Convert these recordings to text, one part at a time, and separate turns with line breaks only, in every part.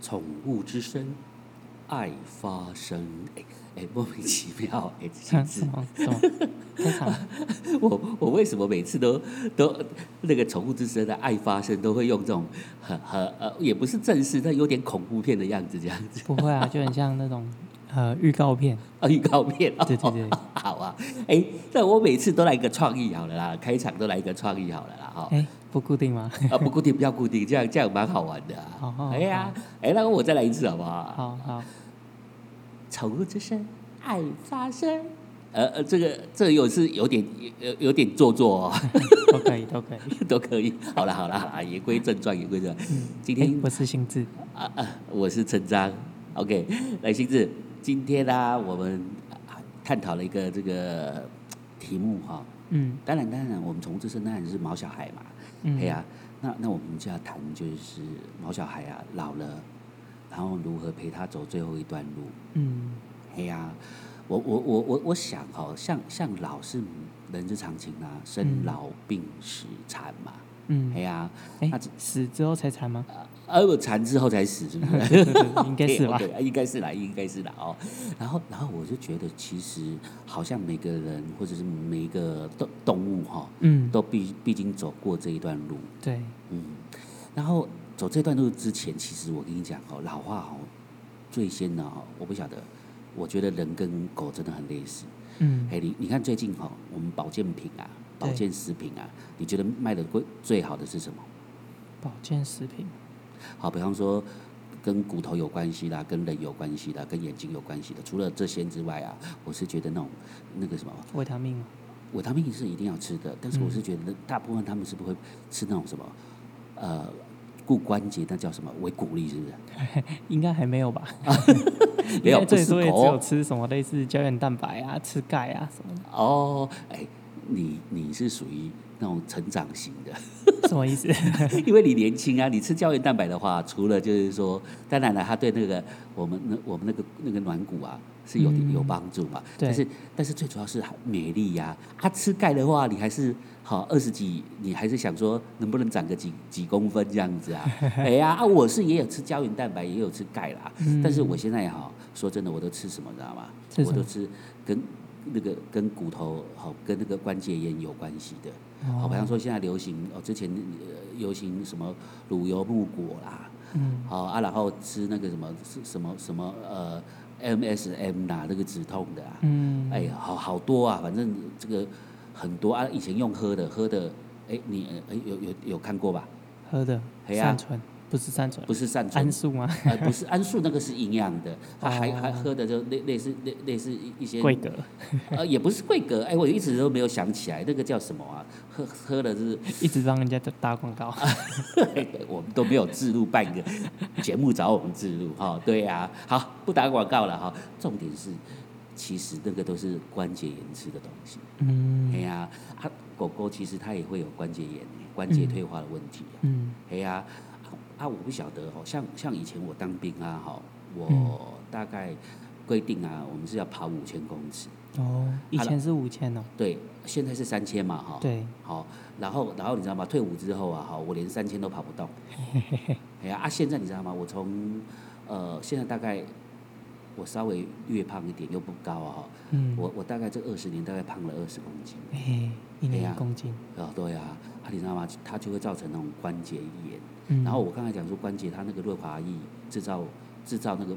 宠物之声，爱发声。哎、哎，莫名其妙哎，这些字
什么什么？太长了，
我我为什么每次都都那个宠物之声的爱发声都会用这种很很呃，也不是正式，但有点恐怖片的样子这样子
不会啊，就很像那种呃预告片。
啊，预告片哦，
对对对
好啊，哎，那我每次都来一个创意好了啦，开场都来一个创意好了啦哈。
哎，不固定吗？
啊，不固定不要固定，这样这样蛮好玩的、啊。
好好
哎呀，
哦
哎，那我再来一次好不好？
好好，
宠物之声，爱发声。呃呃，这个这个有是有点有有点做作哦，
都可以都可以。
都可以。好了好了好了，言归正传，言归正传。今
哎
天，
我是姓字，
啊啊，我是陈章，OK，来新志，今天呢、我们啊探讨了一个这个题目哈、
嗯
当然当然，我们宠物之声当然是毛小孩嘛，
嗯，
哎呀、那那我们就要谈就是毛小孩啊老了，然后如何陪他走最后一段路。
嗯
哎呀、我我我我我想哦，像像老是人之常情啊，生
嗯
老病死残嘛。哎
嗯，
呀、
哎
那啊这，
死之后才缠吗？
呃，我残之后才死，是不是？
对对对 应该是 吧
对，？对应该是啦，应该是啦哦。然后，然后我就觉得，其实好像每个人或者是每一个动动物哈、
嗯，
都必必经走过这一段路。
对，
嗯，然后走这段路之前，其实我跟你讲哦，老话哦，最先呢、哦，我不晓得，我觉得人跟狗真的很类似。
嗯
哎，你你看最近哈、哦，我们保健品啊，
对
保健食品啊，你觉得卖的最最好的是什么？
保健食品，
好，比方说跟骨头有关系啦，跟人有关系啦，跟眼睛有关系的。除了这些之外啊，我是觉得那种那个什么
维他命吗，哦
维他命是一定要吃的，但是我
嗯
是觉得大部分他们是不会吃那种什么呃固关节，那叫什么维骨力是不是？
应该还没有吧？
没有，
应该
不
最
是
多也只
狗
有吃什么类似胶原蛋白啊、吃钙啊什么的，
哦。哎，你你是属于那种成长型的。
什么意 思？
因为你年轻啊，你吃胶原蛋白的话，除了就是说，当然了，它对那个我们那我们那个那个软骨啊是有、
嗯
有帮助嘛。
对
但是但是最主要是美丽呀、啊。吃钙的话，你还是好二十几，你还是想说能不能长个几几公分这样 子啊？哎呀、啊，我是也有吃胶原蛋白，也有吃钙啦。
嗯
但是我现在哈、说真的，我都吃什么，你知道吗？
吃什
我
么
都吃跟那个跟骨头好、跟那个关节炎有关系的。好，比方说现在流行哦，之前呃流行什么乳油木果啦，
嗯
好、啊，然后吃那个什么是什么什么呃 MSM 啦，那个止痛的啊，
嗯，
哎，好好多啊，反正这个很多啊，以前用喝的喝的，哎，你呃哎有有有看过吧？
喝的
哎呀
善存不是善存，
不是善存
桉树吗？
呃，不是桉树那个是营养 的，它还
哦
还喝的就类类似类类似一一些
贵格，
呃，也不是贵格，哎，我一直都没有想起来那个叫什么啊，喝喝的是
一直帮人家打打广告。
我们都没有置入半个节目找我们置入哈、对呀、好不打广告了哈、重点是，其实那个都是关节炎吃的东西。哎
嗯
呀、啊，狗狗其实它也会有关节炎、关节退化的问题、啊。
嗯
哎呀、啊，啊我不晓得哦，像像以前我当兵啊，哈，
嗯
我大概规定啊，我们是要跑五千公尺，
哦，以前是五千哦，
对，现在是三千嘛，哈、
对，
好，然后然后你知道吗？退伍之后啊，哈，我连三千都跑不 动。哎呀啊！现在你知道吗？我从呃，现在大概我稍微略胖一点，又不高啊、哈
嗯，
我我大概这二十年大概胖了二十公斤。
哎，一
哎呀
年一公斤，
啊，对啊，啊你知道吗？它就会造成那种关节炎。
嗯，
然后我刚才讲说关节它那个润滑液制造制造那个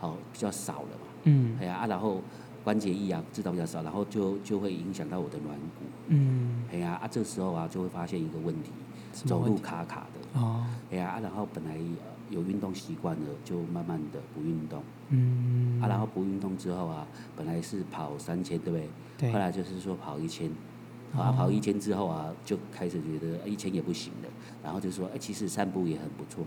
好、比较少了嘛。
嗯
哎呀啊，然后关节液啊制造比较少，然后就就会影响到我的软骨。
嗯，
哎呀啊，这时候啊就会发现一个问题，
什么
走
问
路
题
卡卡的。
哦，
哎呀、啊然后本来呃有运动习惯了，就慢慢的不运动、
嗯
啊，然后不运动之后啊，本来是跑三千，对不对？
对
后，来就是说跑一千，啊，
哦
跑一千之后啊，就开始觉得哎一千也不行了，然后就说哎，其实散步也很不 错。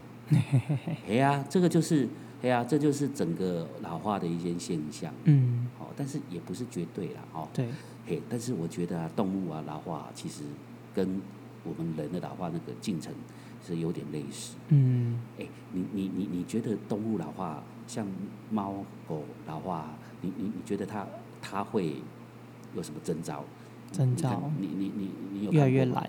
哎呀、这个就是哎呀、这就是整个老化的一些现象。
嗯，
哦，但是也不是绝对啦，哦，
对，
嘿，但是我觉得啊，动物啊老化啊其实跟我们人的老化那个进程是有点类似。
嗯，
哎，你你你你觉得动物老化，像猫狗老化，你你你觉得它它会有什么征兆？
征兆
你看你你你你有
越来越
看过吗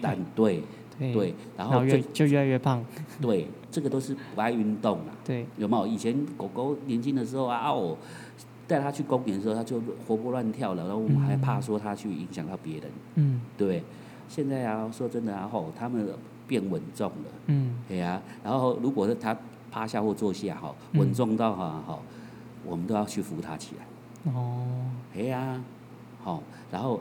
懒，
懒，对，
对
对，然
然
后
后
最
越就越来越胖，
对这个都是不爱运动啦，
对，
有没有？以前狗狗年轻的时候啊，啊我带它去公园的时候，它就活蹦乱跳了，然后我们还怕说它去影响到别人，
嗯
对。现在啊，说真的啊，吼，它们变稳重了，
嗯，
对呀、然后如果是它趴下或坐下哈，
嗯
稳重到哈哈，我们都要去扶它起来。
哦，
哎呀、好、然后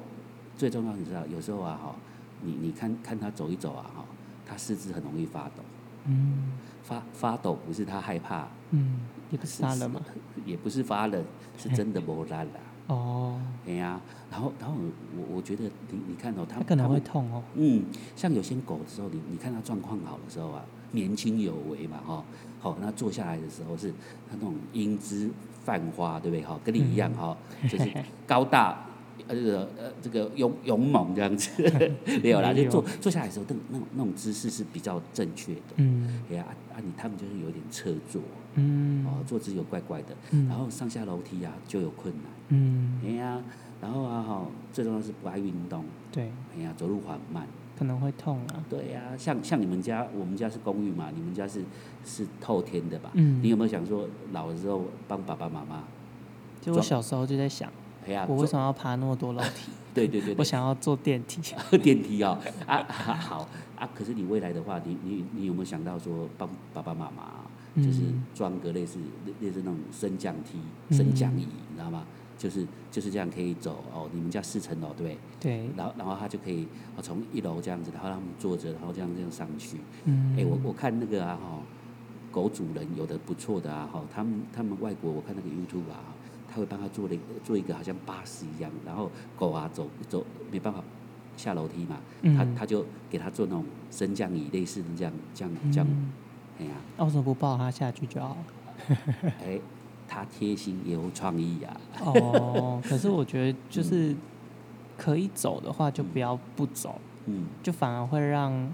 最重要你知道，有时候啊，哈、你你看看他走一走啊，哈、他四肢很容易发抖，
嗯
发发抖不是他害怕，
嗯，也不是他了嘛，
也不是发冷，是真的磨烂了。
哦，
哎呀、然后然后我我觉得你你看哦，他
他可能
他
会
们
痛哦，
嗯，像有些狗的时候，你你看它状况好的时候啊，年轻有为嘛，哈、哦，好、那坐下来的时候是它那种英姿泛花，对不对？哈、跟你一
嗯
样哈、就是高大，呃，这个呃，这个勇勇猛这样子， 没有啦，
没
就
有
坐坐下来的时候，那种那种那种姿势是比较正确的。
嗯
哎呀、啊，啊你他们就是有点侧坐，哦
嗯，
坐姿有怪怪的，
嗯
然后上下楼梯啊就有困难。
嗯，
哎呀、然后啊哈、最重要是不爱运动，
对，
哎呀、走路缓慢。
可能会痛啊，
对呀、像像你们家，我们家是公寓嘛，你们家是是透天的吧？
嗯
你有没有想说老的时候帮爸爸妈妈？
就我小时候就在想，
哎呀，
我为
坐
什么要爬那么多楼梯？
对对对
我
对，
想要坐电 梯。
电梯哦，啊 啊好啊，可是你未来的话，你你你有没有想到说帮爸爸妈妈，就是
嗯
装个类似类类似那种升降梯、
嗯
升降椅，你知道吗？就是就是这样可以走哦，你们家四层楼对不对？
对，
然后然后他就可以哦从一楼这样子，然后他们坐着，然后这样这样上去。
嗯，
哎、我我看那个啊哈、狗主人有的不错的啊哈、他们他们外国我看那个 YouTube 啊，他会帮他做了一个做一个好像巴士一样，然后狗啊走走没办法下楼梯嘛，他
嗯
他就给他做那种升降椅类似的这样这样这样，
嗯
哎呀、
那为什么不抱他下去就 好了？
哎、他贴心也有创意啊，
哦，可是我觉得就是可以走的话，就不要不走，
嗯
就反而会让，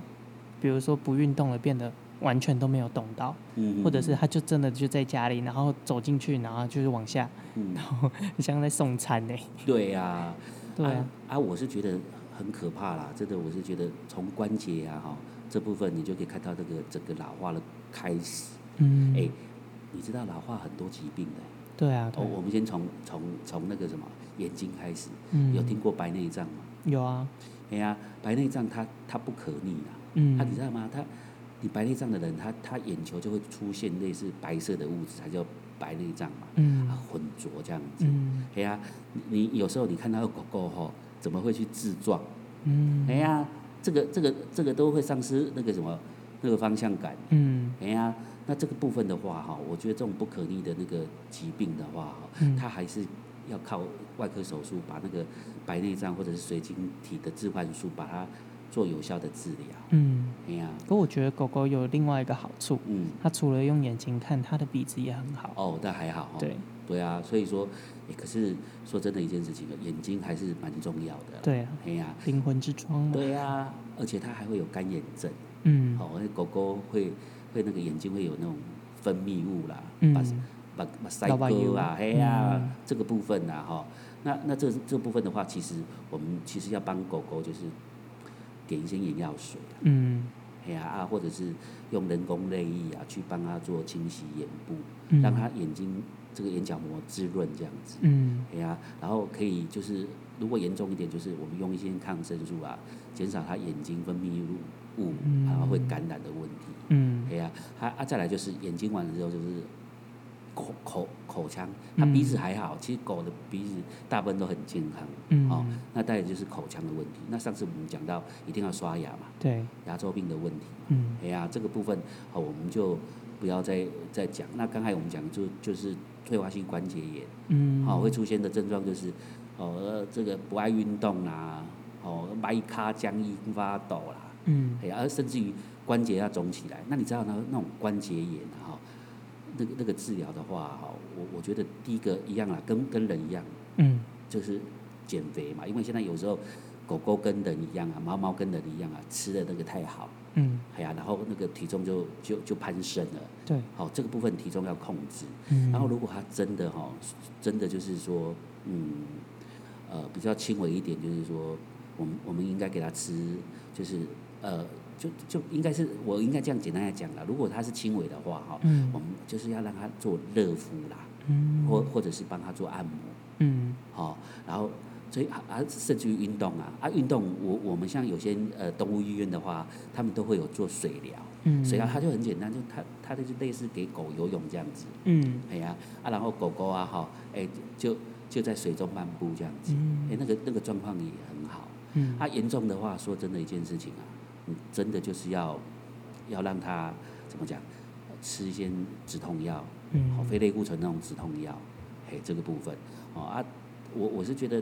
比如说不运动了变得完全都没有动到，
嗯，
或者是他就真的就在家里，然后走进去，然后就是往下，
嗯，
像在送餐呢。
对呀、
对啊，
啊，我是觉得很可怕啦，真的，我是觉得从关节啊哈、这部分你就可以看到这个整个老化的开始。哎、
嗯，
你知道老化很多疾病的、
对啊，对
哦，，我们先从从从那个什么眼睛开始，
嗯
有听过白内障吗？
有啊，
哎呀、白内障它它不可逆啦，
嗯
啊，你知道吗？他你白内障的人，他他眼球就会出现类似白色的物质，它叫白内障嘛，啊
嗯，
浑浊这样子。
嗯
哎呀、你你有时候你看到狗狗吼、怎么会去自撞？
嗯
哎呀，这个这个这个都会丧失那个什么那个方向感。
嗯
哎呀，那这个部分的话哈，我觉得这种不可逆的那个疾病的话哈
嗯，
它还是要靠外科手术把那个白内障或者是水晶体的置换术把它做有效的治疗。
嗯，
哎呀，
不过我觉得狗狗有另外一个好处，
嗯，
它除了用眼睛看，它的鼻子也很好。
哦，那还好哈。
对
对啊，所以说，哎可是说真的一件事情，眼睛还是蛮重要的。，
对啊，
哎呀，
灵魂之窗嘛。
对呀，而且它还会有干眼症。
啊嗯
好、那狗狗会会那个眼睛会有那种分泌物啦，把
嗯
把把塞
老板
哥
油
啊，嘿呀、
嗯
这个部分呐、啊，哈、那那这这部分的话，其实我们其实要帮狗狗就是点一些眼药水啊，
嗯
嘿呀啊，或者是用人工泪液啊去帮它做清洗眼部，
嗯，
让它眼睛这个眼角膜滋润这样子，
嗯
哎呀、然后可以就是如果严重一点，就是我们用一些抗生素啊，减少它眼睛分泌物物
嗯
然后会感染的问题。
嗯
哎呀、啊，啊再来就是眼睛完了之后就是口口口腔，
嗯
它鼻子还好，其实狗的鼻子大部分都很健康。
嗯
哦，那再来就是口腔的问题。那上次我们讲到一定要刷牙嘛，
对，
牙周病的问题嘛。
嗯
哎呀、这个部分哦，我们就不要再再讲。那刚才我们讲就就是退化性关节炎。
嗯
好、会出现的症状就是，哦，呃这个不爱运动啦、哦，白卡僵硬发抖啦，
嗯
哎呀，而甚至于关节要肿起来。那你知道那那种关节炎啊哈、那个那个治疗的话哈、我我觉得第一个一样啦，跟跟人一样，
嗯
就是减肥嘛，因为现在有时候狗狗跟人一样啊，猫猫跟人一样啊，吃的那个太好，
嗯
哎呀，然后那个体重就就就攀升了。
对，
好、这个部分体重要控制。
嗯
然后如果他真的哈、真的就是说，嗯，呃，比较轻微一点，就是说，我们我们应该给他吃，就是呃就就应该是我应该这样简单来讲啦。如果他是轻微的话哈，
嗯
我们就是要让他做热敷啦，
嗯
或或者是帮他做按摩，
嗯
好、然后所以啊啊，甚至于运动啊啊，运动我我们像有些呃动物医院的话，他们都会有做水疗，
嗯，
水疗它就很简单，就它它就是类似给狗游泳这样子，
嗯
哎呀啊，然后狗狗啊哈，哎就就在水中漫步这样子，
嗯
哎那个那个状况也很好。
嗯
啊，严重的话，说真的一件事情啊，你真的就是要要让它怎么讲，吃一些止痛药，好
嗯
非类固醇那种止痛药，嘿，这个部分哦啊，我我是觉得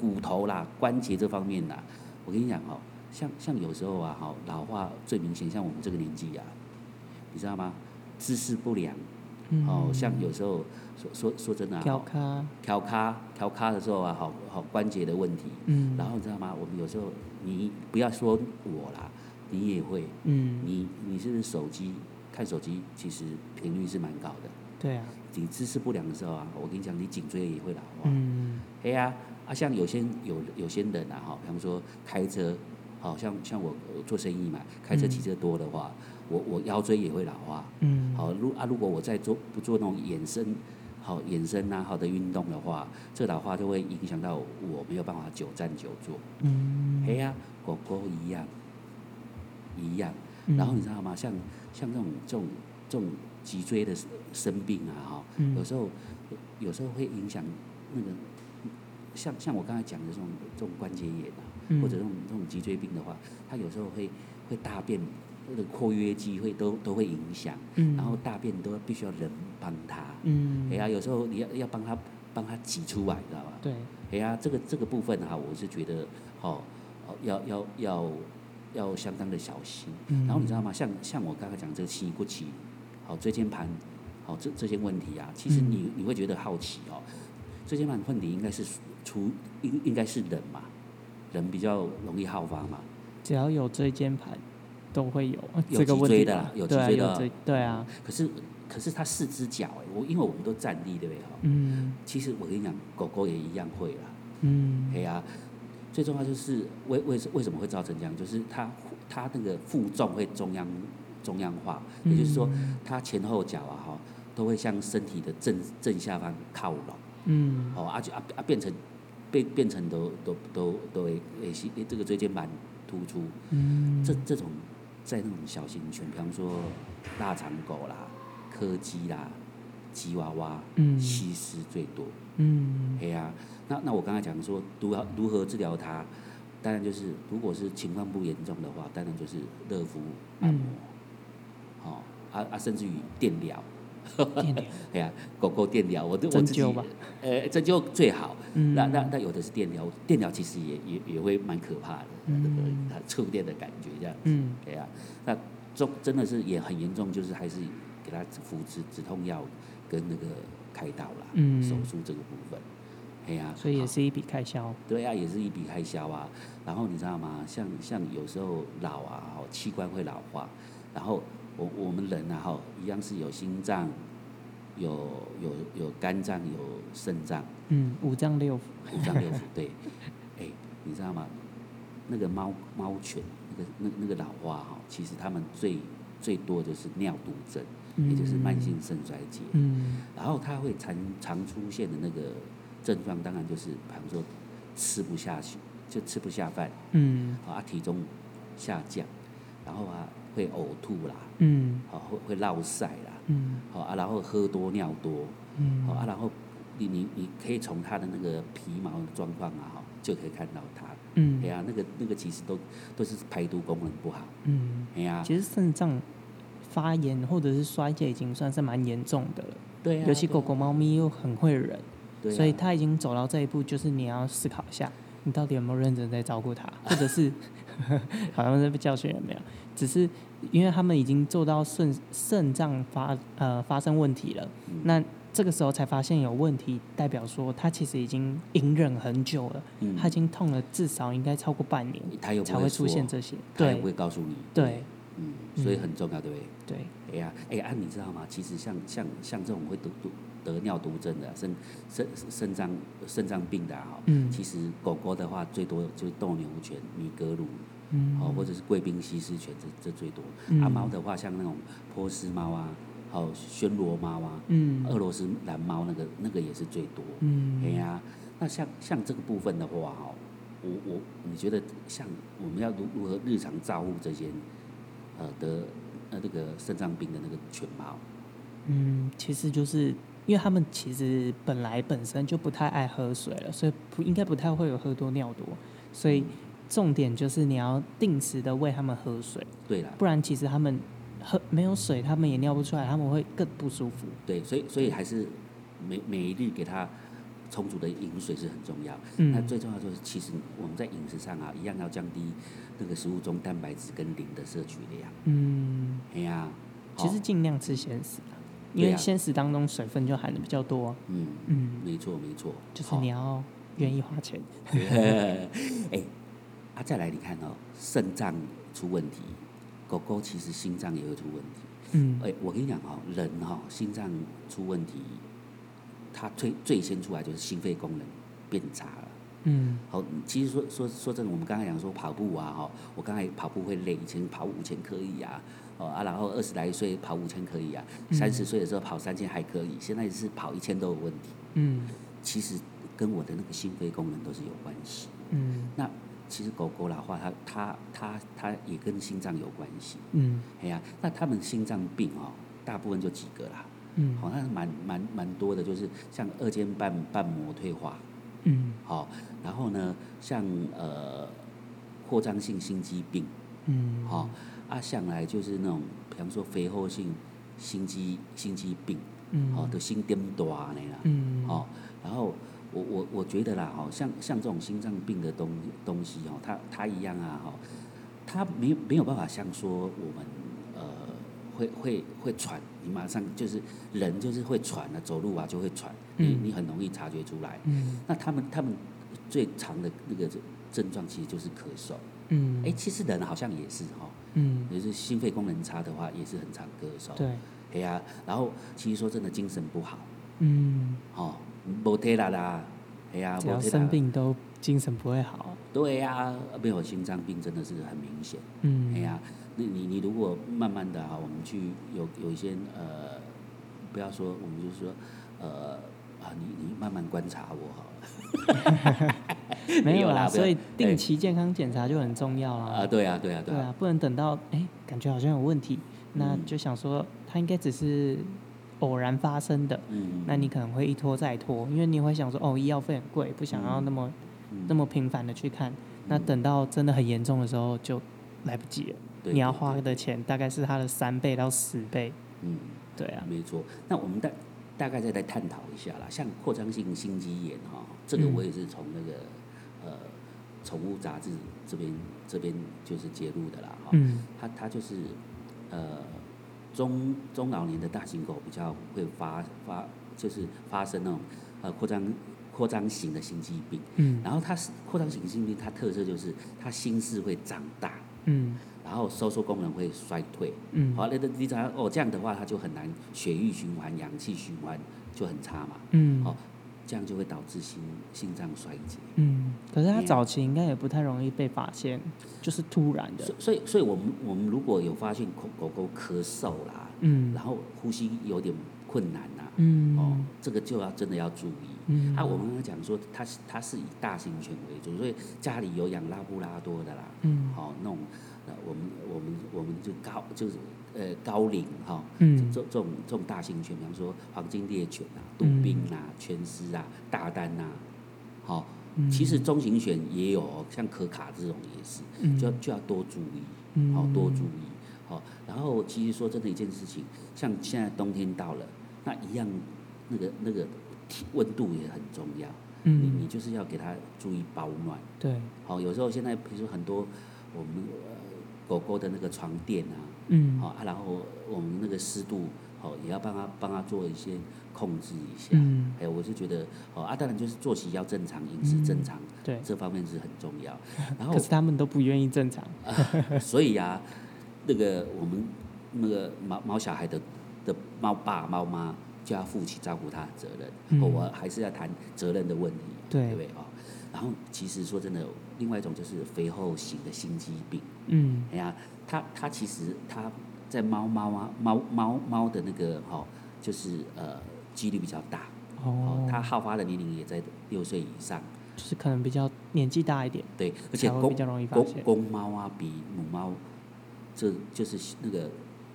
骨头啦、关节这方面啦，我跟你讲哦，像像有时候啊，哈、老化最明显，像我们这个年纪啊，你知道吗？姿势不良，
嗯
哦，像有时候说说说真的、啊，
调
哦
咖，
调咖调咖的时候啊，好好关节的问题，
嗯
然后你知道吗？我们有时候你不要说我啦，你也会，
嗯，
你你是不是手机看手机，其实频率是蛮高的。
对啊，
你姿势不良的时候啊，我跟你讲，你颈椎也会老化。
嗯
哎呀、啊，像有些有有些人啊，哈，比方说开车，好、像像我我做生意嘛，开车
嗯
骑车多的话，我我腰椎也会老化。
嗯，
好，如啊，如果我在做不做那种衍生，好衍生啊，好的运动的话，这老化就会影响到我没有办法久站久坐。
嗯，
哎呀、狗狗一样，一样。
嗯，
然后你知道吗？像像这种这种这种脊椎的生病啊，哈、
嗯
有时候有时候会影响那个，像像我刚才讲的这种这种关节炎啊，
嗯
或者这种这种脊椎病的话，它有时候会会大便那个括约肌会都都会影响，
嗯
然后大便都必须要人帮他。
嗯
哎，呀、有时候你要要帮他帮他挤出来，你知道吧？
对，
哎呀，这个这个部分哈、我是觉得，哦，哦要要要要相当的小心。
嗯
然后你知道吗？像像我刚才讲这个膝骨起，好、椎间盘，好、这这些问题啊，其
嗯
实你你会觉得好奇哦，椎间盘问题应该是出应应该是人嘛，人比较容易好发嘛，
只要有椎间盘，都会有
有
这个
脊
问
椎
题
的
吧
啦有
对
脊
啊
椎
有
的
椎，对啊，
可是可是它四只脚哎，我因为我们都站立对不对哈、
嗯
其实我跟你讲，狗狗也一样会啦。
嗯
哎呀、最重要就是为为什为什么会造成这样？就是它它那个负重会中央中央化，也就是说，
嗯
它前后脚啊哈都会向身体的正正下方靠拢，
嗯
哦啊就啊啊变成被变成都都都都会会是这个椎间盘突出，
嗯，
这这种在那种小型犬，比方说腊肠狗啦、柯基啦、吉娃娃，
嗯
西施最多。
嗯
哎呀、那那我刚才讲说如何如何治疗它，当然就是如果是情况不严重的话，当然就是热敷、按摩，
嗯
好、啊啊，甚至于电疗。
电疗，
哎呀、狗狗电疗，我都我
针
自己
灸吧，
呃，针灸最好。
嗯
那那那有的是电疗，电疗其实也也也会蛮可怕的，
嗯
它 触电的感觉这样。
嗯
对啊，那重真的是也很严重，就是还是给他服止止痛药跟那个开刀啦，
嗯
手术这个部分。哎呀、
所以也
好
是一笔开销，
对啊，也是一笔开销啊。然后你知道吗？像像有时候老啊，哦，器官会老化，然后我我们人啊，哈，一样是有心脏，有有有肝脏，有肾脏，
嗯，五脏六腑，
五脏六腑。对，哎，你知道吗？那个猫猫犬，那个那那个老化哈、其实他们最最多就是尿毒症，也就是慢性肾衰竭。
嗯
然后它会常常出现的那个症状，当然就是，比方说吃不下去，就吃不下饭，
嗯
好啊，体重下降，然后啊会呕吐啦，
嗯
好、会会落晒啦，
嗯
好、啊，然后喝多尿多，
嗯
好、啊，然后你你你可以从它的那个皮毛的状况啊，哈，就可以看到它，哎
嗯
呀、那个那个其实都都是排毒功能不好，
嗯，
哎呀、
其实肾脏发炎或者是衰竭已经算是蛮严重的了，
对呀、
尤其狗
对啊
狗、猫咪又很会忍，
对啊
所以它已经走到这一步，就是你要思考一下，你到底有没有认真在照顾它， 或者是好像在被教训有没有？只是因为他们已经做到肾肾脏发呃发生问题了，
嗯
那这个时候才发现有问题，代表说它其实已经隐忍很久了，
嗯
它已经痛了至少应该超过半年
它又不
才会
说
出现，这些，
它也
对
不会告诉你，
对
嗯，
嗯
所以很重要，对不对？
对，
哎呀，哎呀，啊你知道吗？其实像像像这种会毒毒得尿毒症的啊肾肾肾脏肾脏病的哈、
嗯
其实狗狗的话最多就是斗牛犬、米格鲁，
嗯，
哦，或者是贵宾西施犬，这这最多。
嗯
啊，猫的话，像那种波斯猫啊，还有暹罗猫啊，
嗯
俄罗斯蓝猫那个那个也是最多。哎
嗯，
呀、那像像这个部分的话，哦，我我你觉得像我们要如如何日常照顾这些呃得呃那个肾脏病的那个犬猫？
嗯，其实就是因为他们其实本来本身就不太爱喝水了，所以不应该不太会有喝多尿多，所
嗯
以重点就是你要定时的喂他们喝水，
对啦，
不然其实他们喝没有水，他们也尿不出来，他们会更不舒服。
对，所以所以还是每每一日给它充足的饮水是很重要。
嗯
那最重要就是，其实我们在饮食上啊，一样要降低那个食物中蛋白质跟磷的摄取量。
嗯，
哎呀、
其实
哦
尽量吃鲜食啊，因
对
为
啊
鲜食当中水分就含的比较多。
嗯，
嗯，
没错没错，
就是你要愿意花钱。
好 哎、啊，再来你看哦，肾脏出问题，狗狗其实心脏也会出问题。
嗯
哎、我跟你讲哦，人哦，心脏出问题，它最最先出来就是心肺功能变差了。
嗯
好，其实说说说真的，我们刚才讲说跑步啊，哈，我刚才跑步会累，以前跑五千可以啊，哦啊，然后二十来岁跑五千可以啊，
嗯
三十岁的时候跑三千还可以，现在是跑一千都有问题。
嗯
其实跟我的那个心肺功能都是有关系。
嗯
那其实狗狗的话，它它它它也跟心脏有关系。
嗯
哎呀、那他们心脏病哦，大部分就几个啦，
嗯，
好、像蛮蛮蛮多的，就是像二尖瓣瓣膜退化，
嗯
好、然后呢，像呃扩张性心肌病，
嗯
好、啊，向来就是那种，比方说肥厚性心肌心肌病，
嗯
好、哦，就心颠大呢啦，
嗯
哦，然后我我我觉得啦，哦，像像这种心脏病的东东西哦，它它一样啊，哦，它没有没有办法像说我们呃会会会喘，你马上就是人就是会喘啊，走路啊就会喘，你
嗯
你很容易察觉出来。
嗯
那他们他们最常的那个症状其实就是咳嗽，
嗯
哎，其实人好像也是哈、哦，
嗯
就是心肺功能差的话也是很常咳嗽，，
对
哎呀、然后其实说真的精神不好。
嗯，
哦，无体力啦，哎呀、
只
无
要
体
生
力，
病都精神不会好。
对呀、没有心脏病真的是很明显，
嗯
哎呀、那你你如果慢慢的哈，我们去有有一些呃，不要说，我们就说呃啊，你你慢慢观察我好了，
没
没有
啦，
啦
所以
没有
定期健康检查就很重要
啊，
啦。
对啊，对啊，
对
对啊，
啊，不能等到哎感觉好像有问题，那
嗯
就想说它应该只是偶然发生的，
嗯，
那你可能会一拖再拖，因为你会想说哦医药费很贵，不想要那么
嗯
那么频繁的去看。那
嗯
等到真的很严重的时候就来不及了，
对
你要
对
花
对
的钱大概是它的三倍到十倍。
嗯，
对啊，
没错。那我们大大概再来探讨一下啦，像扩张性心肌炎哈、这个
嗯
我也是从那个、呃宠物杂志这边这边就是揭露的啦哈、
嗯
它它就是呃中中老年的大型狗比较会发发就是发生那种呃扩张扩张型的心肌病，
嗯
然后它是扩张型心肌病，它特色就是它心室会长大，
嗯
然后收缩功能会衰退。
嗯，
好，那那你想哦，这样的话它就很难血液循环、氧气循环就很差嘛。
嗯
好、这样就会导致心心脏衰竭。
嗯，可是它
没有
早期应该也不太容易被发现，就是突然的
所。所以，所以我们我们如果有发现狗狗狗咳嗽啦，
嗯
然后呼吸有点困难呐、
嗯
哦，这个就要真的要注意。
嗯
啊，我们刚刚讲说它是它是以大型犬为主，所以家里有养拉布拉多的啦，
嗯
好、那种呃我们我们我们就高就是呃高龄哈、
嗯
这这种这种大型犬，比方说黄金猎犬啊、杜
嗯
宾啊、拳狮啊、大丹啊，好、
嗯
其实中型犬也有哦，像可卡这种也是，
嗯
就要就要多注意，
嗯
好、多注意，好、然后其实说真的一件事情，像现在冬天到了，那一样那个那个体温度也很重要，
嗯
你你就是要给它注意保暖。
对，
好、有时候现在比如说很多我们、呃、狗狗的那个床垫啊，
嗯
好、啊，然后我们那个湿度，好、也要帮它帮它做一些控制一下。
嗯
哎，我是觉得，哦啊，当然就是作息要正常，饮食正常，
对，
这方面是很重 要。然
可是
后，
他们都不愿意正常。
所以呀、啊那个我们那个毛毛小孩的的猫爸猫妈就要负起照顾他的责任。
嗯
哦我还是要谈责任的问题，
对
不对哦？然后其实说真的，另外一种就是肥厚型的心肌病。
嗯
哎呀，它它其实它在猫猫啊猫猫猫的那个哈、哦，就是呃几率比较大。哦
哦，，
它好发的年龄也在六岁以上。
就是可能比较年纪大一点，
对，而且
才会
公
比较容易发
公
现
公猫啊，比母猫，这就是那个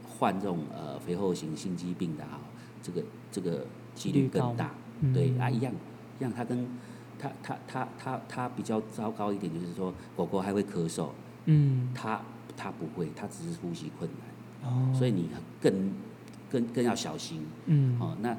患这种呃肥厚型心肌病的啊，这个这个几率
率高
更大。
嗯
对啊，一样一样，它跟它它它它它比较糟糕一点，就是说狗狗还会咳嗽，
嗯，
它它不会，它只是呼吸困难，
哦，
所以你更更更要小心。
嗯，
哦，那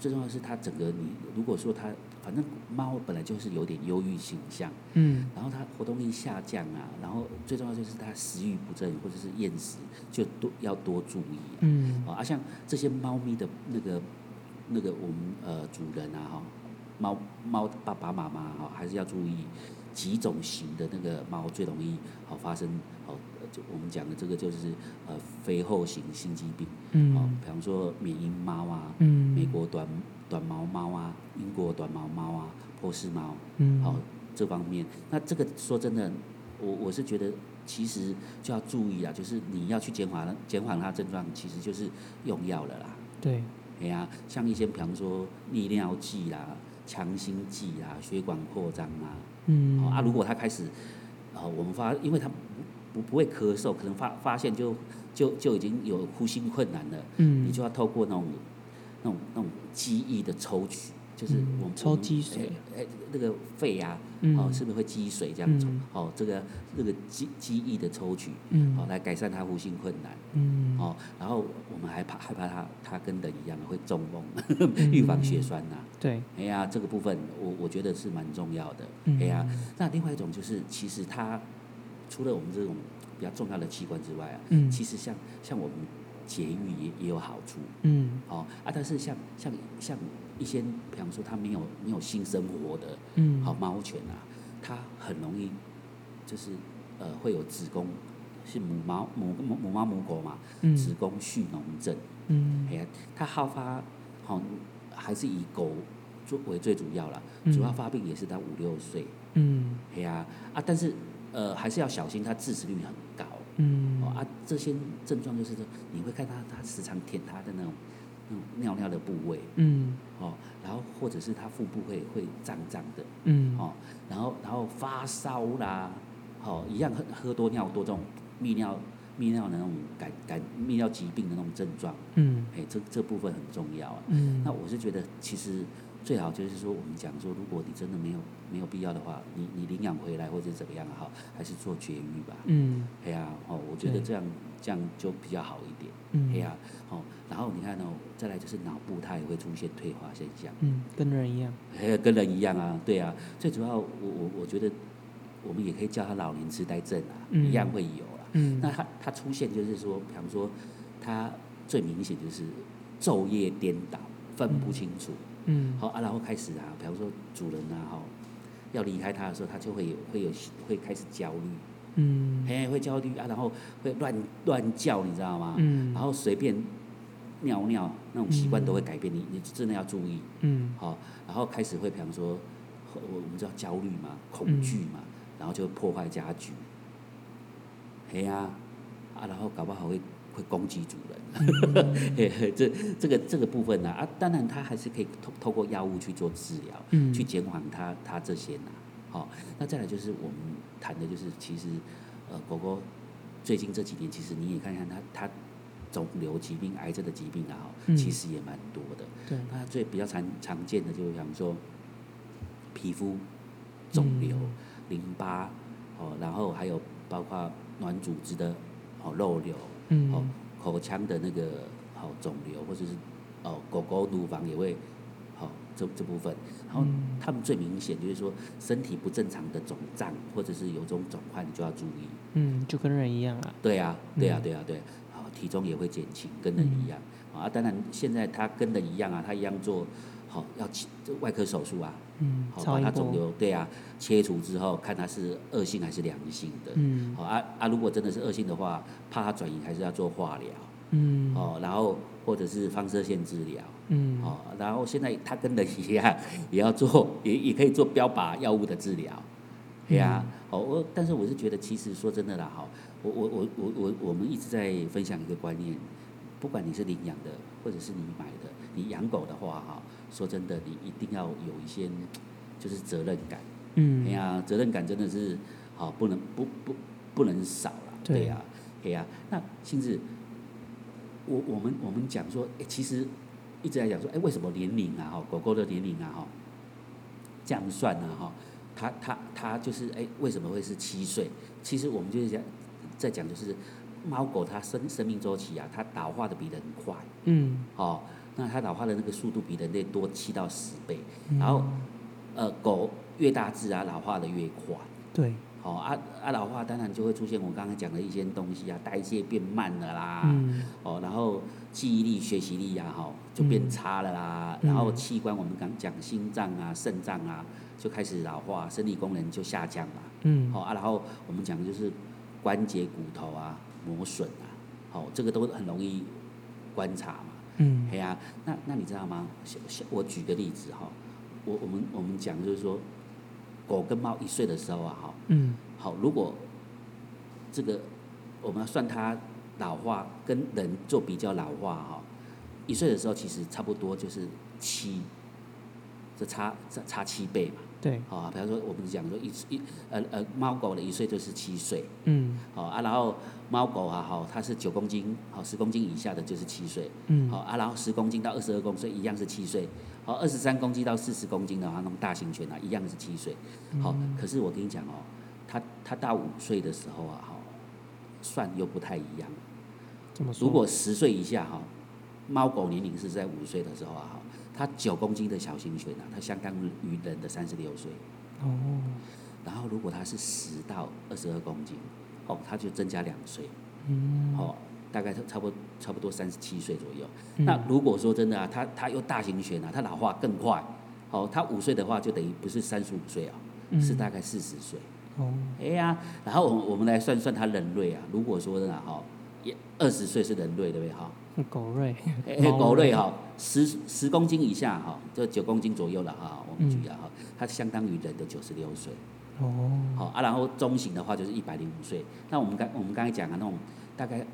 最重要的是它整个你如果说它反正猫本来就是有点忧郁倾向。
嗯，
然后它活动力下降啊，然后最重要就是它食欲不振或者是厌食，就多要多注意啊。
嗯，
哦啊，像这些猫咪的那个那个我们呃主人啊哈，猫猫爸爸妈妈哈，还是要注意几种型的那个猫最容易好发生好，呃就我们讲的这个就是呃肥厚型心肌病，哦
嗯，，
比方说缅因猫啊，
嗯，
美，国短短毛猫啊，英国短毛猫啊，波斯猫。
嗯，
好，这方面。那这个说真的，我我是觉得其实就要注意啦，就是你要去减缓减缓它症状，其实就是用药了啦。
对，
哎呀、像一些比方说利尿剂啦、强心剂啦、血管扩张啊，
嗯，
哦啊，如果它开始，啊，我们发，因为它不不不会咳嗽，可能发发现就就就已经有呼吸困难了，
嗯，
你就要透过那种那种那种记忆的抽取，就是
嗯
我们
抽
我们
积水
哎、哎那个肺呀、
嗯
哦，是不是会积水这样子？
嗯
哦，这个这个记记忆的抽取，
嗯，
哦，来改善他呼吸困难。
嗯，
哦，然后我们还怕害怕他他跟人一样会中风，
嗯
预防血栓呐、
对，
哎呀，这个部分我我觉得是蛮重要的。
嗯
哎呀，那另外一种就是，其实它除了我们这种比较重要的器官之外啊，
嗯
其实像像我们节育也也有好处。
嗯
哦啊，但是像像像一些，比方说它没有没有性生活的，
嗯，
好，猫犬啊，它很容易就是呃会有子宫是母猫母母母猫母狗嘛，
嗯
子宫蓄脓症，哎
嗯
呀，它好发好、还是以狗作为最主要啦，
嗯
主要发病也是到五六岁，
嗯
哎呀啊，但是呃还是要小心，它致死率很高。
嗯，
哦啊，这些症状就是说，你会看到它时常舔它的那种那种尿尿的部位
嗯
哦，然后或者是它腹部会会胀胀的，
嗯，
哦，然后然后发烧啦，哦，一样喝喝多尿多这种泌尿泌尿的那种感感泌尿疾病的那种症状，
嗯
哎，这这部分很重要啊。
嗯，
那我是觉得，其实最好就是说，我们讲说，如果你真的没有没有必要的话，你你领养回来或者怎么样也好，还是做绝育吧。
嗯
哎呀、哦，我觉得
对
这样这样就比较好一点。
嗯，
哎呀、哦，然后你看哦，再来就是脑部它也会出现退化现象。
嗯，跟人一样，
哎，跟人一样啊，对啊。最主要，我我我觉得，我们也可以叫他老年痴呆症啊，
嗯
一样会有啦。
嗯，
那他他出现就是说，比方说，他最明显就是昼夜颠倒，分不清楚。
嗯
好、啊，然后开始啊，比方说主人啊，哈、要离开他的时候，他就会有会有会开始焦虑，
嗯
哎，会焦虑啊，然后会乱乱叫，你知道吗？
嗯，
然后随便尿尿那种习惯都会改变，你你真的要注意。
嗯
好，然后开始会，比方说，我我们知道焦虑嘛，
嗯
恐惧嘛，然后就破坏家居，嘿呀、啊，然后搞不好会会攻击主人，
嗯
嘿 嘿这这个这个部分呢、啊，当然他还是可以透透过药物去做治疗，
嗯
去减缓它它这些呢、好、那再来就是我们谈的就是，其实呃，狗狗最近这几年，其实你也看看它它肿瘤疾病、癌症的疾病啊，
嗯
其实也蛮多的。
对，
那最比较常常见的就是比方说皮肤肿瘤、
嗯
淋巴哦，然后还有包括软组织的哦肉瘤哦
嗯，
口腔的那个哦肿瘤，或者是哦狗狗乳房也会哦这这部分，然后
嗯
他们最明显就是说身体不正常的肿胀或者是有种肿块，你就要注意。
嗯，就跟人一样啊，
对啊，对啊，
嗯
对啊，对啊，好，体重也会减轻，跟人一样啊。当然，现在他跟人一样啊，他一样做好要切这外科手术啊，
嗯，
好
超
把
音
他肿
波，
瘤对啊切除之后，看他是恶性还是良性的。
嗯
好啊啊，如果真的是恶性的话，怕他转移，还是要做化疗
嗯
哦，然后或者是放射线治疗。
嗯，
哦，然 后现在他跟人一样，也要做，也也可以做标靶药物的治疗，哎呀、哦，我但是我是觉得，其实说真的啦，哈，我我我我我我们一直在分享一个观念，不管你是领养的，或者是你买的，你养狗的话，哈，说真的，你一定要有一些就是责任感。
嗯，
哎呀，责任感真的是好、不能不不不能少了。
对
对呀、哎呀、那甚至我我们我们讲说，哎，其实一直在讲说，哎，为什么年龄啊，哈，狗狗的年龄啊，哈，这样算啊，哈，它它它就是哎，为什么会是七岁？其实我们就是讲在讲就是猫狗它生生命周期啊，它老化的比人快。
嗯，
哦，那它老化的那个速度比人类多七到十倍，
嗯
然后，呃，狗越大只啊，老化的越快。
对，
哦啊啊，老化当然就会出现我刚才讲的一些东西啊，代谢变慢了啦，
嗯，
哦，然后记忆力、学习力啊，哈、就变差了啦，
嗯
然后器官我们刚讲心脏啊、肾脏啊就开始老化，生理功能就下降了。
嗯，
好、啊，然后我们讲的就是关节、骨头啊磨损啊，好、这个都很容易观察嘛。
嗯，
哎呀、那那你知道吗？小小我举个例子哈、我我们我们讲就是说，狗跟猫一岁的时候啊，哈，
嗯，
好，如果这个我们要算它老化跟人做比较老化哈、一岁的时候其实差不多就是七，这差差差七倍嘛。
对，
好、比方说我们讲说一一呃呃猫狗的一岁就是七岁，
嗯，
好、啊，然后猫狗啊，好、它是九公斤，好、十公斤以下的就是七岁，
嗯，
好、啊，然后十公斤到二十二公岁一样是七岁，好、二十三公斤到四十公斤的话，那种大型犬啊，一样是七岁。好、可是我跟你讲哦，它它到五岁的时候啊，哈、算又不太一样。
怎么说？
如果十岁以下哈、猫狗年龄是在五岁的时候啊，哈、它九公斤的小型犬啊，它相当于人的三十六岁。
哦，
然后如果它是十到二十二公斤，哦，它就增加两岁，
嗯，
哦，大概差不多差不多三十七岁左右。
嗯
那如果说真的啊，它它又大型犬啊，它老化更快，哦，它五岁的话就等于不是三十五岁啊，
嗯
是大概四十岁。
哦，
哎呀，然后我们我们来算算它人类啊，如果说真的哈、哦，二十岁是人类对不对哈？
狗瑞，
哎、
猫
狗类哈、十十公斤以下哈、就九公斤左右了哈、我们举啊哈、它相当于人的九十六岁。
哦，
好啊，然后中型的话就是一百零五岁。那我们刚我们刚才讲的那种大概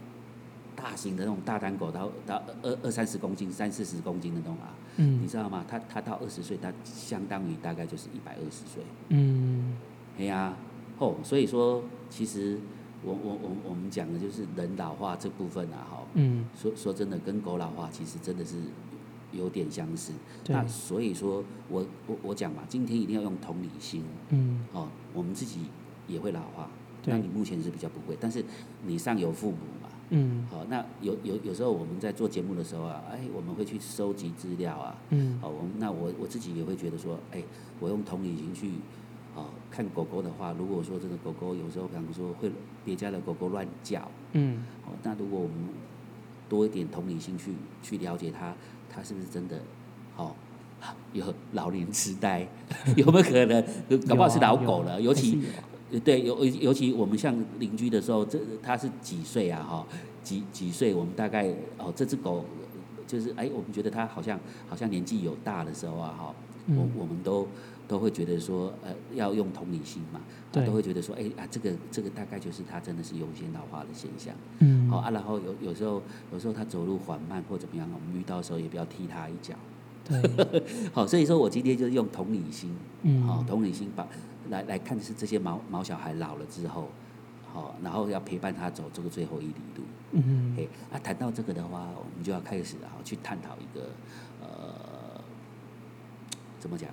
大型的那种大单狗，到到二二三十公斤、三四十公斤的那种啊，你
嗯，
知道吗？它它到二十岁，它相当于大概就是一百二十岁。
嗯，
哎呀、哦，所以说其实我我我我们讲的就是人老化这部分啊，哈、
嗯，
说说真的，跟狗老化其实真的是有点相似。
对，
那所以说我我我讲嘛，今天一定要用同理心。
嗯，
哦，我们自己也会老化。
对
那你目前是比较不会，但是你上有父母嘛。
嗯，
好、那有有有时候我们在做节目的时候啊，哎，我们会去收集资料啊。
嗯，
好、我们那我我自己也会觉得说，哎，我用同理心去。哦，看狗狗的话，如果说这个狗狗有时候，比方说会别家的狗狗乱叫，
嗯，
哦，那如果我们多一点同理心去去了解它，它是不是真的，哦，有老年痴呆， 有没有可能？搞不好是
有啊
老狗
有
了，
啊
尤
还是
其
有啊
呃对，尤尤其我们像邻居的时候，这它是几岁啊？哈、几几岁？我们大概哦，这只狗呃就是哎，我们觉得它好像好像年纪有大的时候啊，哈、
嗯
我我们都都会觉得说，呃，要用同理心嘛，啊
对
都会觉得说，哎啊，这个这个大概就是它真的是有一些老化的现象。
嗯，
好、啊，然后有有时候有时候它走路缓慢或怎么样，我们遇到的时候也不要踢它一脚。
对，
好、所以说我今天就是用同理心，
嗯
好、同理心把来来看是这些毛毛小孩老了之后，好、然后要陪伴他走这个最后一里路。
嗯，
嘿，那、谈到这个的话，我们就要开始啊去探讨一个呃，怎么讲？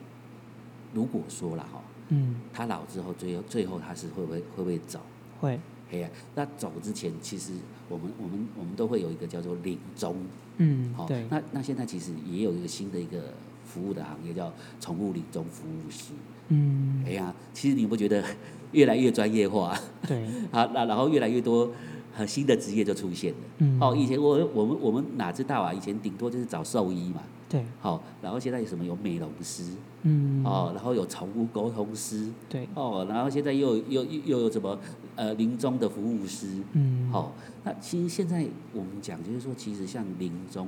如果说了哈、
嗯，
他老之后最后最后他是会不会会不会走？
会，
哎呀，那走之前，其实我们我们我们都会有一个叫做领钟，
嗯
好、，
对，
那那现在其实也有一个新的一个服务的行业叫宠物领钟服务师。
嗯，
哎呀，其实你有没有觉得 越来越专业化
对，
啊？那然后越来越多很新的职业就出现了。
嗯，
哦，以前我我们我们哪知道啊？以前顶多就是找兽医嘛，
对，
好、然后现在有什么有美容师，
嗯，
哦，然后有宠物沟通师，
对，
哦，然后现在又有又又又有什么呃临终的服务师，
嗯，
好、那其实现在我们讲就是说，其实像临终，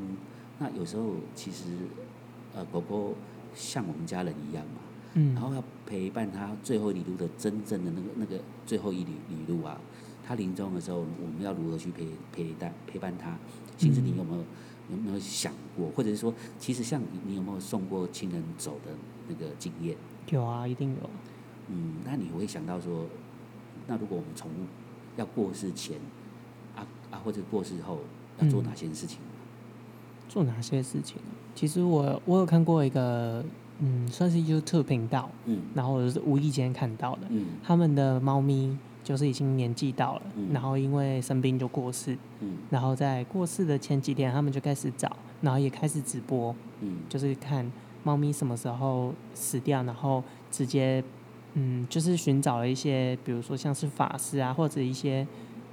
那有时候其实呃狗狗像我们家人一样嘛，
嗯
然后要陪伴他最后一里路的真正的那个那个最后一里里路啊，他临终的时候，我们要如何去陪陪伴陪伴他？其实你有没有、有没有想过，或者是说，其实像你你有没有送过亲人走的那个经验？
有啊，一定有啊。
嗯，那你会想到说，那如果我们宠物要过世前啊啊或者过世后要做哪些事情？
做哪些事情？其实我我有看过一个，嗯，算是 YouTube 频道，
嗯
然后我是无意间看到的，
嗯
他们的猫咪就是已经年纪到了，
嗯
然后因为生病就过世，
嗯
然后在过世的前几天，他们就开始找，然后也开始直播，
嗯
就是看猫咪什么时候死掉，然后直接，嗯，就是寻找了一些，比如说像是法师啊，或者一些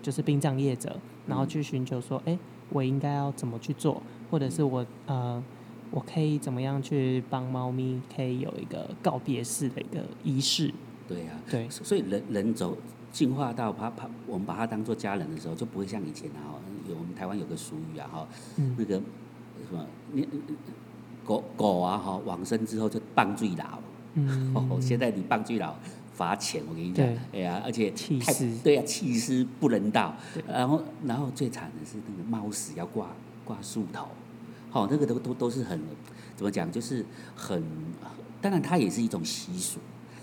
就是殡葬业者，然后去寻求说，哎、我应该要怎么去做，或者是我呃，我可以怎么样去帮猫咪可以有一个告别式的一个仪式，
对呀、
对，
所所以人人走进化到把把我们把它当做家人的时候，就不会像以前啊，有我们台湾有个俗语啊哈，
嗯
那个什么你狗狗啊哈，往生之后就棒最老。
嗯，
哦，现在你棒最老罚钱，我跟你讲
对，
哎呀，而且
弃
太
尸
对呀、弃尸不人道
对。
然后，然后最惨的是那个猫屎要挂挂树头，好、那个都都都是很怎么讲，就是很，当然它也是一种习俗，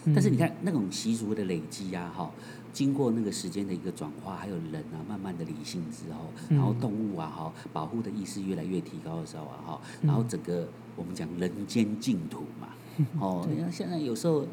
嗯
但是你，看那种习俗的累积啊，哈，经过那个时间的一个转化，还有人啊慢慢的理性之后，
嗯
然后动物啊哈，保护的意识越来越提高的时候啊哈，然
嗯
后整个我们讲人间净土嘛， 哦，你看现在有时候。呃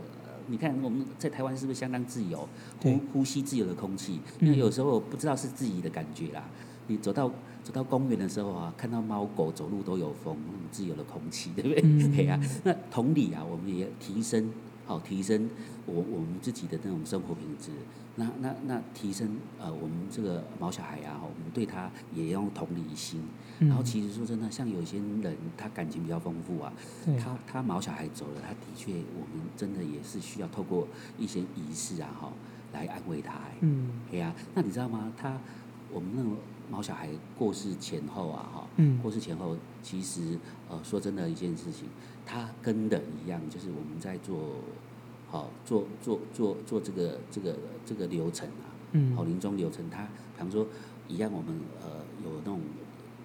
你看我们在台湾是不是相当自由，呼
对
呼吸自由的空气？
嗯
因为有时候不知道是自己的感觉啦。你走到走到公园的时候啊，看到猫狗走路都有风，那种自由的空气，对不对？
嗯
对啊，那同理啊，我们也提升，好、提升我我们自己的那种生活品质。那那那提升呃，我们这个毛小孩啊，我们对他也要用同理心。
嗯
然后其实说真的，像有些人他感情比较丰富啊，
对
他他毛小孩走了，他的确我们真的也是需要透过一些仪式啊，哈、来安慰他、欸。
嗯
对呀、那你知道吗？他我们那种毛小孩过世前后啊，哈、
嗯
过世前后，其实呃，说真的一件事情，他跟人一样，就是我们在做好、做做做做这个这个这个流程啊，
嗯
好、临终流程，他比方说一样，我们呃有那种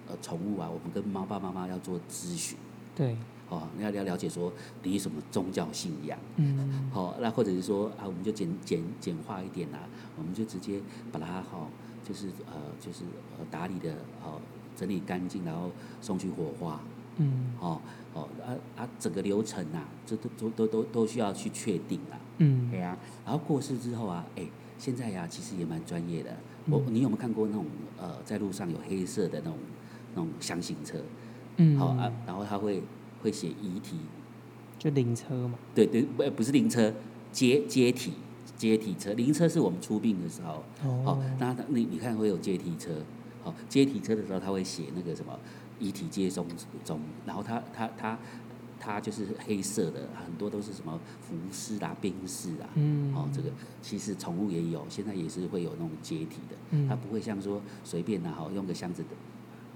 呃宠物啊，我们跟猫爸妈妈要做咨询。
对
哦，要要了解说你什么宗教信仰，
嗯
好、那或者是说啊，我们就简简简化一点啦、我们就直接把它哈、就是呃，就是呃打理的哦，整理干净，然后送去火化，
嗯
哦哦啊啊，整个流程啊，这都都都都都需要去确定啦、
嗯
对啊，然后过世之后啊，哎，现在呀、其实也蛮专业的。我你有没有看过那种呃，在路上有黑色的那种那种箱型车？
嗯
好、啊，然后他会会写遗体
就灵车嘛，
对对，不呃不是灵车，阶阶梯阶梯车，灵车是我们出殡的时候，好、
哦，
那那你你看会有阶梯车，好、阶梯车的时候他会写那个什么遗体接送中，然后他他他他就是黑色的，很多都是什么服饰啊、冰饰啊，
嗯
哦，这个其实宠物也有，现在也是会有那种阶梯的，
嗯
它不会像说随便啦，哈，用个箱子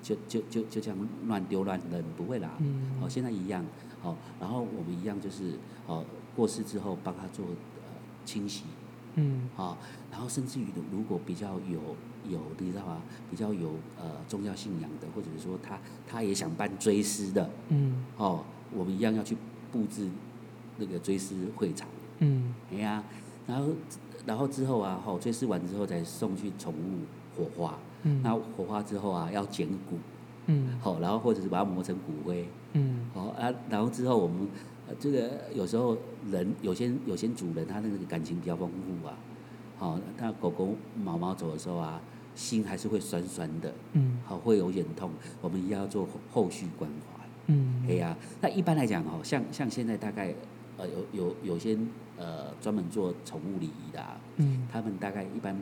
就就就就这样乱丢乱扔，不会啦。
嗯
哦，现在一样，哦，然后我们一样就是哦，过世之后帮他做呃清洗
嗯
啊、哦，然后甚至于如如果比较有有你知道吗？比较有呃宗教信仰的，或者是说他他也想办追思的，
嗯
哦，我们一样要去布置那个追思会场。
嗯
哎呀，然后然后之后啊，吼，追思完之后再送去宠物火化，
嗯
那火化之后啊要捡骨，
嗯
好，然后或者是把它磨成骨灰，
嗯
好啊，然后之后我们呃这个有时候人有些有些主人他那个感情比较丰富啊，好，那狗狗毛毛走的时候啊，心还是会酸酸的，
嗯
好，会有点痛，我们一定要做后后续关怀。
嗯，
哎呀、那一般来讲哦，像像现在大概呃有有有些呃专门做宠物礼仪的、啊，
嗯
他们大概一般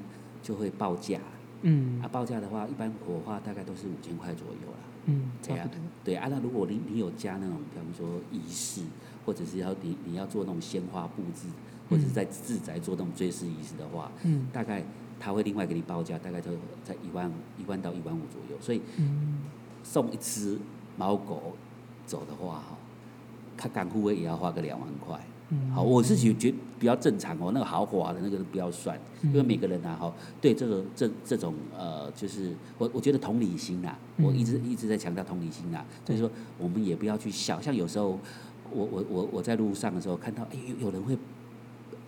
就会报价，啊
嗯
报价的话，一般火化大概都是五千块左右啦。
嗯，
对
差
啊
不多，，
对啊，那如果你你有加那种，比方说仪式，或者是要你你要做那种鲜花布置，或者是在自宅做那种追思仪式的话，
嗯
大概他会另外给你报价，大概就在一万一万到一万五左右，所以
嗯
送一只猫狗走的话，哈，他干护卫也要花个两万块。
嗯
好，我是觉觉得比较正常哦，那个豪华的那个不要算，因为每个人啊，哈，对这个这这种呃，就是我我觉得同理心啊，我一直一直在强调同理心啊，所以说我们也不要去小，像有时候我我我我在路上的时候看到，哎，有有人会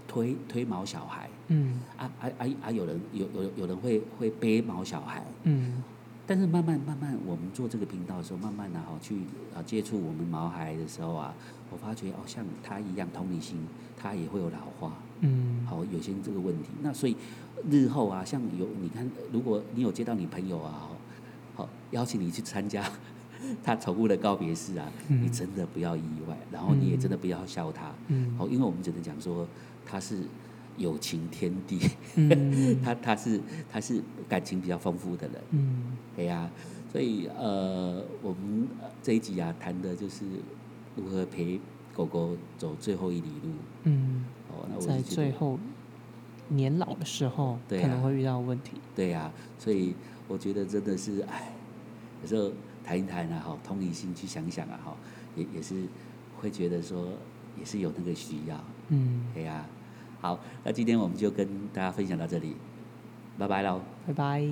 推推毛小孩，
嗯
啊啊啊啊，有人有有有人会会背毛小孩，
嗯
但是慢慢慢慢，我们做这个频道的时候，慢慢的哈、去啊接触我们毛孩的时候啊，我发觉哦，像他一样同理心，他也会有老化，
嗯
好、有些这个问题。那所以日后啊，像有你看，如果你有接到你朋友啊，哦好、邀请你去参加 他宠物的告别式啊，你真的不要意外，然后你也真的不要笑他，
嗯
好、因为我们只能讲说他是友情天地，
嗯
他他是他是感情比较丰富的人。
嗯
对呀、啊所以呃，我们呃这一集啊谈的就是如何陪狗狗走最后一里路。
嗯，
哦，那我
在
是觉
最
得，
后年老的时候
对
可能
啊
会遇到问题，
对呀、所以我觉得真的是，哎，有时候谈一谈啊，哈，同理心去想一想啊，哈，也也是会觉得说，也是有那个需要。啊
嗯，
对呀、好，那今天我们就跟大家分享到这里，拜拜喽。
拜拜。